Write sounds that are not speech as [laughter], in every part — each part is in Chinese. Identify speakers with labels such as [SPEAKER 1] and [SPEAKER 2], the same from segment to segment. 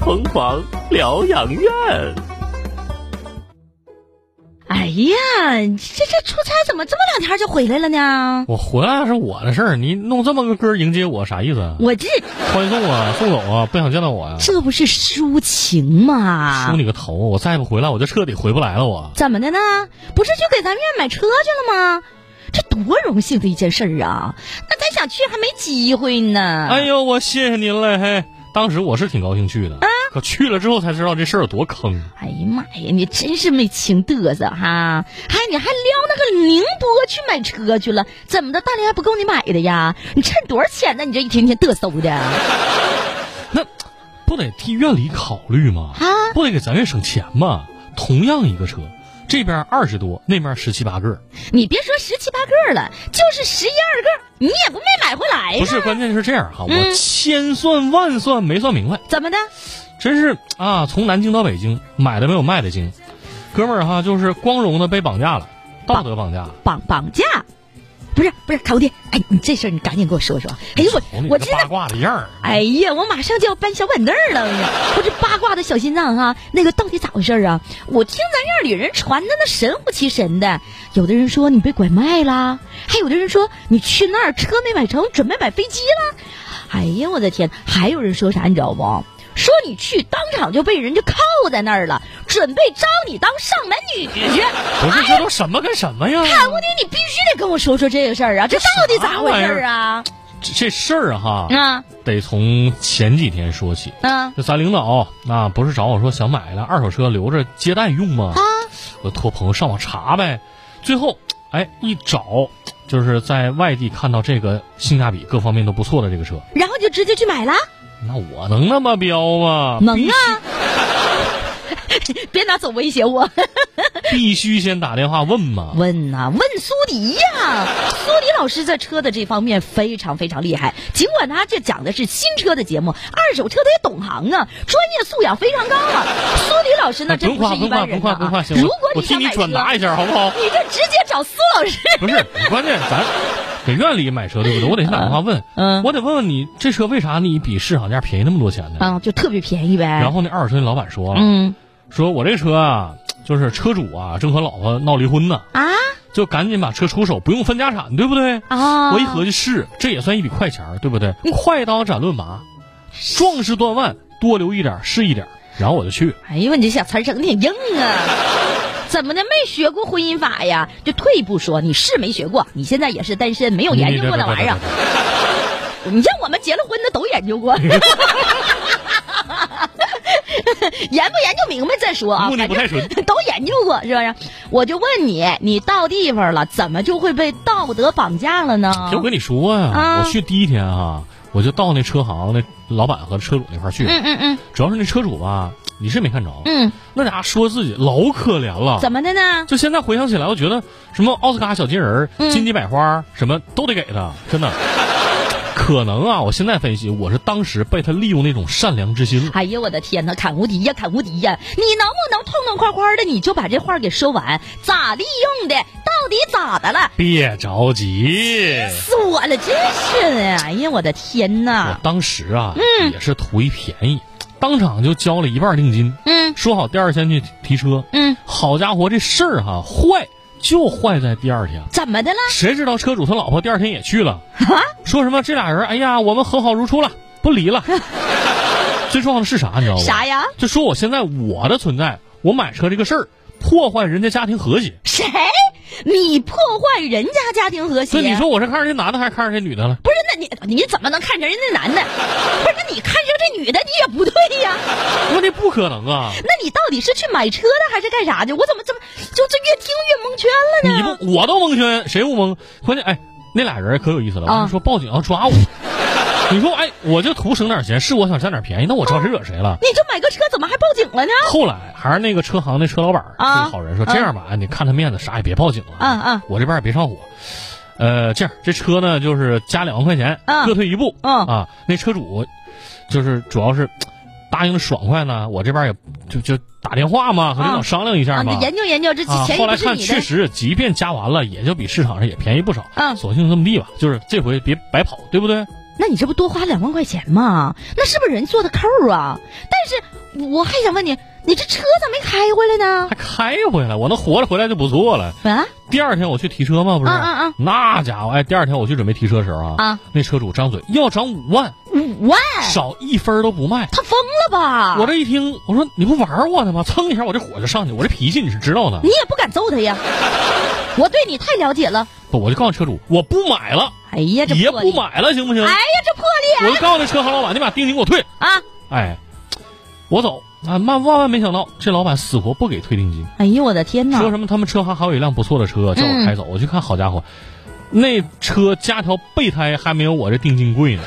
[SPEAKER 1] 疯狂疗养院。
[SPEAKER 2] 哎呀，这这出差怎么这么两天就回来了呢？
[SPEAKER 1] 我回来是我的事儿，你弄这么个歌迎接我啥意思啊？
[SPEAKER 2] 我这
[SPEAKER 1] 欢送啊，送走啊，不想见到我呀、
[SPEAKER 2] 这不是抒情
[SPEAKER 1] 输
[SPEAKER 2] 吗？
[SPEAKER 1] 你个头！我再不回来，我就彻底回不来了。我
[SPEAKER 2] 怎么的呢？不是就给咱院买车去了吗？这多荣幸的一件事儿啊！那咱想去还没机会呢。
[SPEAKER 1] 哎呦，我谢谢您嘞！嘿，当时我是挺高兴去的，
[SPEAKER 2] 啊
[SPEAKER 1] 可去了之后才知道这事儿有多坑。
[SPEAKER 2] 哎呀妈呀，你真是没情嘚瑟哈！还你还撩那个宁波去买车去了，怎么的？大连还不够你买的呀？你趁多少钱呢？你这一天天嘚瑟的啊！
[SPEAKER 1] 那不得替院里考虑吗？
[SPEAKER 2] 啊
[SPEAKER 1] 不得给咱院省钱吗？同样一个车，这边二十多，那边十七八个，
[SPEAKER 2] 你别说十七八个了，就是十一二个，你也不没买回来哎呀
[SPEAKER 1] 不是，关键是这样哈，
[SPEAKER 2] 嗯
[SPEAKER 1] 我千算万算没算明白，
[SPEAKER 2] 怎么的？
[SPEAKER 1] 真是啊，从南京到北京，买的没有卖的精。哥们儿哈，就是光荣的被绑架了，道德绑架了。
[SPEAKER 2] 绑绑架？不是不是，卡五弟，哎，你这事儿你赶紧给我说说。哎呦我
[SPEAKER 1] 瞅你
[SPEAKER 2] 我
[SPEAKER 1] 这
[SPEAKER 2] 真的
[SPEAKER 1] 八卦的样儿，
[SPEAKER 2] 哎呀，我马上就要搬小板凳儿了，我这八卦的小心脏啊，那个到底咋回事儿啊？我听咱院里人传的那神乎其神的，有的人说你被拐卖啦，还有的人说你去那儿车没买成，准备买飞机啦。哎呀，我的天，还有人说啥你知道不？说你去当场就被人就铐在那儿了，准备招你当上门女婿。
[SPEAKER 1] 不是这都什么跟什么呀？
[SPEAKER 2] 哎，吴迪，你必须得跟我说说这个事儿啊，这到底咋回事儿啊？
[SPEAKER 1] 这这事儿哈，
[SPEAKER 2] 啊
[SPEAKER 1] 得从前几天说起。
[SPEAKER 2] 啊
[SPEAKER 1] 这咱领导那不是找我说想买辆二手车留着接待用吗？
[SPEAKER 2] 啊！
[SPEAKER 1] 我托朋友上网查呗，最后哎一找，就是在外地看到这个性价比各方面都不错的这个车，
[SPEAKER 2] 然后就直接去买了， [laughs]
[SPEAKER 1] 那我能那么彪吗？
[SPEAKER 2] 能
[SPEAKER 1] 必
[SPEAKER 2] 啊
[SPEAKER 1] 须！
[SPEAKER 2] 别拿走威胁我。
[SPEAKER 1] 必须先打电话 [laughs] 问嘛。
[SPEAKER 2] 问呐、问苏迪呀、苏迪老师在车的这方面非常非常厉害。尽管他这讲的是新车的节目，二手车他也懂行啊，专业素养非常高啊。苏迪老师那
[SPEAKER 1] 哎
[SPEAKER 2] 真
[SPEAKER 1] 不
[SPEAKER 2] 不
[SPEAKER 1] 夸
[SPEAKER 2] 是
[SPEAKER 1] 不
[SPEAKER 2] 一
[SPEAKER 1] 夸
[SPEAKER 2] 般
[SPEAKER 1] 不
[SPEAKER 2] 人
[SPEAKER 1] 夸
[SPEAKER 2] 呐
[SPEAKER 1] 不
[SPEAKER 2] 啊
[SPEAKER 1] 夸，。行，我
[SPEAKER 2] 如果
[SPEAKER 1] 我
[SPEAKER 2] 你
[SPEAKER 1] 替
[SPEAKER 2] 想
[SPEAKER 1] 你
[SPEAKER 2] 买车，
[SPEAKER 1] 转
[SPEAKER 2] 你
[SPEAKER 1] 达一下好不
[SPEAKER 2] [laughs]
[SPEAKER 1] 好？
[SPEAKER 2] 就直接找苏老
[SPEAKER 1] [laughs]
[SPEAKER 2] 师。
[SPEAKER 1] 不是，关键咱给院里买车对不对？我得先打电话问，
[SPEAKER 2] 嗯
[SPEAKER 1] 我得问问你这车为啥你比市场价便宜那么多钱呢？
[SPEAKER 2] 啊，就特别便宜呗。
[SPEAKER 1] 然后那二手车那老板说了，
[SPEAKER 2] 嗯
[SPEAKER 1] 说我这车啊，就是车主啊正和老婆闹离婚呢，
[SPEAKER 2] 啊
[SPEAKER 1] 就赶紧把车出手，不用分家产，对不对？
[SPEAKER 2] 啊！嗯
[SPEAKER 1] 我一合计是，这也算一笔快钱儿，对不对？快刀斩乱麻，壮士断腕，多留一点儿是一点儿。然后我就去，
[SPEAKER 2] 哎呦，你这小词儿整挺硬啊！怎么的，没学过婚姻法呀？就退一步说，你是没学过，你现在也是单身，没有研究过那玩意儿。啊
[SPEAKER 1] 嗯
[SPEAKER 2] 你像我们结了婚的都研究过， [laughs] 研不研究明白再说啊。
[SPEAKER 1] 目的
[SPEAKER 2] 反
[SPEAKER 1] 不
[SPEAKER 2] 正
[SPEAKER 1] 太纯。
[SPEAKER 2] 都研究过是不是？我就问你，你到地方了，怎么就会被道德绑架了呢
[SPEAKER 1] 就？我跟你说呀、
[SPEAKER 2] 啊
[SPEAKER 1] 我去第一天啊，我就到那车行那老板和车主那块儿去，
[SPEAKER 2] 嗯嗯嗯
[SPEAKER 1] 主要是那车主吧，你是没看着，
[SPEAKER 2] 嗯，
[SPEAKER 1] 那家伙说自己老可怜了。
[SPEAKER 2] 怎么的呢？
[SPEAKER 1] 就现在回想起来，我觉得什么奥斯卡小金人儿、
[SPEAKER 2] 嗯
[SPEAKER 1] 金鸡百花儿什么都得给他，真的。 [laughs] 可能啊，我现在分析，我是当时被他利用那种善良之心了。
[SPEAKER 2] [laughs] 哎呀，我的天呐，砍无敌呀，砍无敌呀！你能不能痛痛快快的，你就把这话给说完？咋利用的？到底咋的了？
[SPEAKER 1] 别着急，
[SPEAKER 2] 死我了，真是的！哎呀，我的天
[SPEAKER 1] 我
[SPEAKER 2] 呐！
[SPEAKER 1] 当时啊、
[SPEAKER 2] 嗯
[SPEAKER 1] 也是图一便宜，当场就交了一半定金，
[SPEAKER 2] 嗯
[SPEAKER 1] 说好第二天去提车。
[SPEAKER 2] 嗯，
[SPEAKER 1] 好家伙，这事儿哈、坏就坏在第二天。
[SPEAKER 2] 怎么的了？
[SPEAKER 1] 谁知道车主他老婆第二天也去了，
[SPEAKER 2] 啊
[SPEAKER 1] 说什么这俩人哎呀，我们和好如初了，不离
[SPEAKER 2] [laughs]
[SPEAKER 1] 了。最重要的是啥，你知道吗？
[SPEAKER 2] 啥呀？
[SPEAKER 1] 就说我现在我的存在，我买车这个事儿破坏人家家庭和谐。
[SPEAKER 2] 谁？你破坏人家家庭和谐？
[SPEAKER 1] 所以你说我是看上这男的还是看上这女的了？
[SPEAKER 2] 不是？那你你怎么能看上人家男的？不是？那你看上这女的，你也不对呀。
[SPEAKER 1] 我说这不可能啊！
[SPEAKER 2] 那你到底是去买车的还是干啥的？我怎么这么就这越听越蒙圈了呢？
[SPEAKER 1] 你不我都蒙圈，谁不蒙？关键哎，那俩人可有意思了，
[SPEAKER 2] 啊
[SPEAKER 1] 我就说报警要抓我。 [laughs] 你说哎，我就图省点钱，是我想占点便宜，那我招谁惹谁了？
[SPEAKER 2] 你就买个车，怎么还报警了呢？
[SPEAKER 1] 后来还是那个车行那车老板儿是
[SPEAKER 2] 啊
[SPEAKER 1] 个好人，说这样吧，哎你看他面子，啥也别报警了。
[SPEAKER 2] 嗯嗯，
[SPEAKER 1] 我这边也别上火。呃，这样这车呢，就是加两万块钱，
[SPEAKER 2] 嗯
[SPEAKER 1] 各退一步。
[SPEAKER 2] 嗯
[SPEAKER 1] 啊，那车主就是主要是答应的爽快呢，我这边也就就打电话嘛，和领导
[SPEAKER 2] 嗯
[SPEAKER 1] 商量一
[SPEAKER 2] 啊，
[SPEAKER 1] 下
[SPEAKER 2] 你
[SPEAKER 1] 嘛。
[SPEAKER 2] 研究研究，这
[SPEAKER 1] 啊，
[SPEAKER 2] 钱
[SPEAKER 1] 后
[SPEAKER 2] 又
[SPEAKER 1] 来
[SPEAKER 2] 不是
[SPEAKER 1] 看
[SPEAKER 2] 你
[SPEAKER 1] 确
[SPEAKER 2] 的，
[SPEAKER 1] 实，即便加完了，也就比市场上也便宜不少。
[SPEAKER 2] 嗯
[SPEAKER 1] 索性这么地吧，就是这回别白跑，对不对？
[SPEAKER 2] 那你这不多花两万块钱吗？那是不是人做的扣啊？但是我还想问你，你这车咋没开回来呢
[SPEAKER 1] 还？开回来，我能活着回来就不错了。
[SPEAKER 2] 啊
[SPEAKER 1] 第二天我去提车嘛，不是？
[SPEAKER 2] 啊啊 [laughs] 啊
[SPEAKER 1] 那家伙，哎，第二天我去准备提车时候啊，
[SPEAKER 2] 啊，哎
[SPEAKER 1] 那车主张嘴要涨五万，
[SPEAKER 2] 五万，
[SPEAKER 1] 少一分都不卖。
[SPEAKER 2] 他疯了吧？
[SPEAKER 1] 我这一听，我说你不玩我呢吗？蹭一下，我这火就上去，我这脾气你是知道的
[SPEAKER 2] 你。也不敢揍他呀？ [laughs] 我对你太了解了。
[SPEAKER 1] 不，我就告诉车主，我不买了，
[SPEAKER 2] 哎呀，这
[SPEAKER 1] 也
[SPEAKER 2] 魄力
[SPEAKER 1] 不！买了，行不行？
[SPEAKER 2] 哎呀，这魄
[SPEAKER 1] 我
[SPEAKER 2] 力
[SPEAKER 1] 就告诉那车行老板，你把定金给我退。
[SPEAKER 2] 啊！啊
[SPEAKER 1] 哎，我走啊！万万万没想到，这老板死活不给退定金，
[SPEAKER 2] 哎呦，我的嗯天
[SPEAKER 1] 说
[SPEAKER 2] 哪！
[SPEAKER 1] 什么他们车行还有一辆不错的车，叫我开走。我去看，好家伙，那车加条备胎还没有我这定金贵
[SPEAKER 2] [laughs]
[SPEAKER 1] 呢。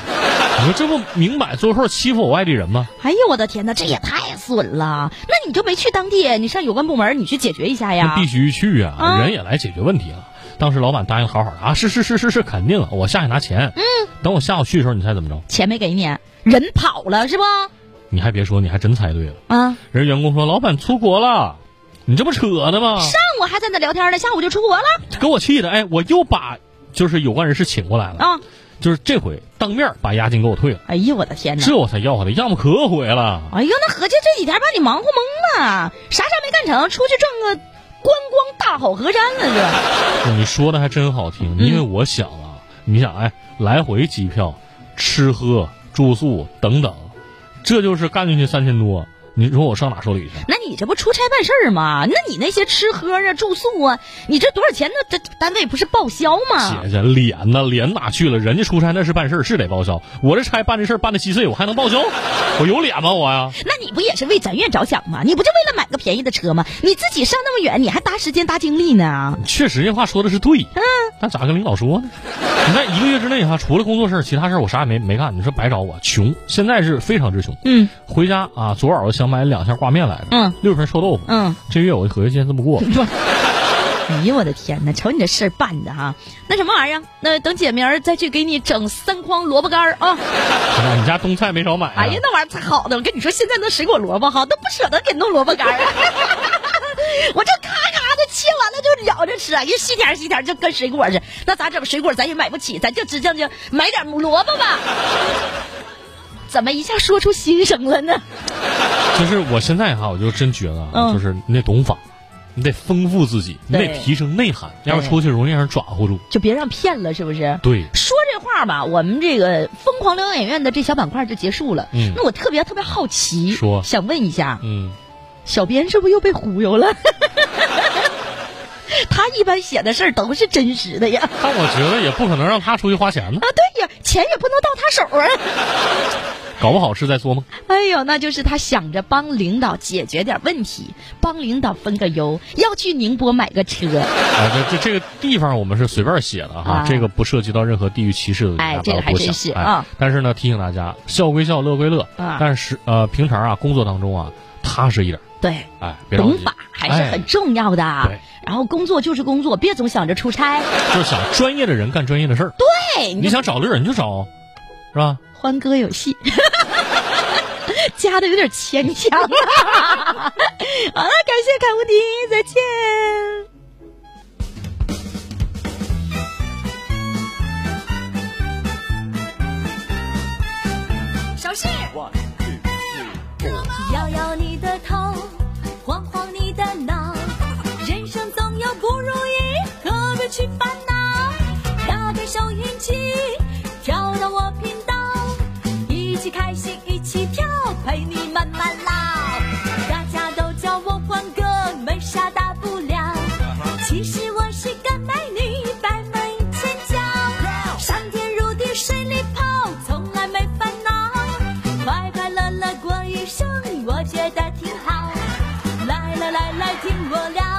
[SPEAKER 1] 你说这不明摆最后欺负我外地人吗？
[SPEAKER 2] 哎呦，我的天哪，这也太损了！那你就没去当地，你上有关部门，你去解决一下哎呀
[SPEAKER 1] 那？必须去啊！
[SPEAKER 2] 啊
[SPEAKER 1] 人也来解决问题了。当时老板答应好好的啊，是是是是是，肯定了，我下去拿钱。嗯，等我下午去的时候，你猜怎么着？
[SPEAKER 2] 钱没给你，人跑了是不？
[SPEAKER 1] 你还别说，你还真猜对了。
[SPEAKER 2] 啊，
[SPEAKER 1] 人员工说老板出国了，你这不扯呢吗？
[SPEAKER 2] 上午还在那聊天呢，下午就出国了
[SPEAKER 1] 给我气的，哎，我又把就是有关人士请过来了，
[SPEAKER 2] 啊！
[SPEAKER 1] 就是这回当面把押金给我退了，
[SPEAKER 2] 哎呦，我的天哪！
[SPEAKER 1] 这我才要回来，要么可悔了。
[SPEAKER 2] 哎呦，那合计这几天把你忙活懵了，啥啥没干成，出去转个观光大好河山 [laughs] 了
[SPEAKER 1] 你说的还真好听，因为我想啊，你想，哎，来回机票、吃喝、住宿等等，这就是干进去三千多，你说我上哪受理去？
[SPEAKER 2] 这。那你这不出差办事儿吗？那你那些吃喝啊、住宿啊，你这多少钱？那这单位不是报销吗？
[SPEAKER 1] 姐姐，脸呐，脸哪去了？人家出差那是办事儿，是得报销。我这差办这事儿办的稀碎，我还能 [laughs] 报销？我有脸吗？我呀、
[SPEAKER 2] 那你不也是为咱院着想吗？你不就为了买个便宜的车吗？你自己上那么远，你还搭时间搭精力呢？
[SPEAKER 1] 确实，这话说的是 [laughs] 对，嗯，但咋跟领导说呢？你在一个月之内哈，除了工作事儿，其他事儿我啥也没没干。你说白找我，穷，现在是非常之穷。
[SPEAKER 2] 嗯
[SPEAKER 1] 回家啊，左耳朵想买两箱挂面来着，
[SPEAKER 2] 嗯
[SPEAKER 1] 六瓶臭豆腐。
[SPEAKER 2] 嗯。
[SPEAKER 1] 这月我合计先这
[SPEAKER 2] [laughs]
[SPEAKER 1] 么过，
[SPEAKER 2] 哎呦我的天哪！瞅你这事儿办的哈、那什么玩意儿？啊那等姐明儿再去给你整三筐萝卜干儿啊！
[SPEAKER 1] 哎你家冬菜没少买、啊。
[SPEAKER 2] 哎呀，那玩意儿才好呢！我跟你说，现在那水果萝卜哈，都不舍得给弄萝卜干儿。啊 [laughs] 我这咔咔的切完了就咬着吃，哎呀，细条细条就跟水果似的。那咋整？水果咱也买不起，咱就直接就买点萝卜吧。怎么一下说出心声了呢？
[SPEAKER 1] 就是我现在哈，我就真觉得啊，
[SPEAKER 2] 嗯
[SPEAKER 1] 就是你得懂法，你得丰富自己，你
[SPEAKER 2] 对
[SPEAKER 1] 得提升内涵，要不
[SPEAKER 2] 对
[SPEAKER 1] 出去容易让人抓唬住。
[SPEAKER 2] 就别让骗了，是不是？
[SPEAKER 1] 对，
[SPEAKER 2] 说这话吧，我们这个疯狂疗养院的这小板块就结束了。
[SPEAKER 1] 嗯
[SPEAKER 2] 那我特别特别好奇，
[SPEAKER 1] 说
[SPEAKER 2] 想问一下，
[SPEAKER 1] 嗯，
[SPEAKER 2] 小编是不是又被忽悠了？ [laughs] 他一般写的事儿都是真实的呀。
[SPEAKER 1] 但我觉得也不可能让他出去花
[SPEAKER 2] [laughs]
[SPEAKER 1] 钱呢，
[SPEAKER 2] 啊，对呀，钱也不能到他手啊。
[SPEAKER 1] 搞不好是在做梦。
[SPEAKER 2] 哎呦，那就是他想着帮领导解决点问题，帮领导分个忧，要去宁波买个车。
[SPEAKER 1] 啊，这这这个地方我们是随便写的哈，
[SPEAKER 2] 啊
[SPEAKER 1] 这个不涉及到任何地域歧视的，
[SPEAKER 2] 哎
[SPEAKER 1] 大家不要
[SPEAKER 2] 这个还
[SPEAKER 1] 多
[SPEAKER 2] 真
[SPEAKER 1] 想
[SPEAKER 2] 是
[SPEAKER 1] 哎
[SPEAKER 2] 啊
[SPEAKER 1] 但是呢，提醒大家，笑归笑，乐归乐，
[SPEAKER 2] 啊
[SPEAKER 1] 但是呃，平常啊，工作当中啊，踏实一点，
[SPEAKER 2] 对，
[SPEAKER 1] 哎，别着
[SPEAKER 2] 懂
[SPEAKER 1] 急，哎
[SPEAKER 2] 法还是很重要的。啊
[SPEAKER 1] 对
[SPEAKER 2] 然后工作就是工作，别总想着出差。哎
[SPEAKER 1] 就是想专业的人干专业的事儿，
[SPEAKER 2] 对，
[SPEAKER 1] 你
[SPEAKER 2] 就
[SPEAKER 1] 想找乐儿你就找，是吧？
[SPEAKER 2] 欢歌有戏。 [laughs] 加的有点牵强。 [laughs] 好了，感谢凯无敌，再见。
[SPEAKER 3] 手势。摇摇你的头，晃晃你的脑，人生总有不如意，何必去烦恼？打开收音机，调到我频道，一起开心一起跳，陪你慢慢唠。大家都叫我欢哥，没啥大不了。其实我是个美女，百媚千娇，上天入地水里泡，从来没烦恼，快快乐乐过一生，我觉得挺好。来来来来，听我聊。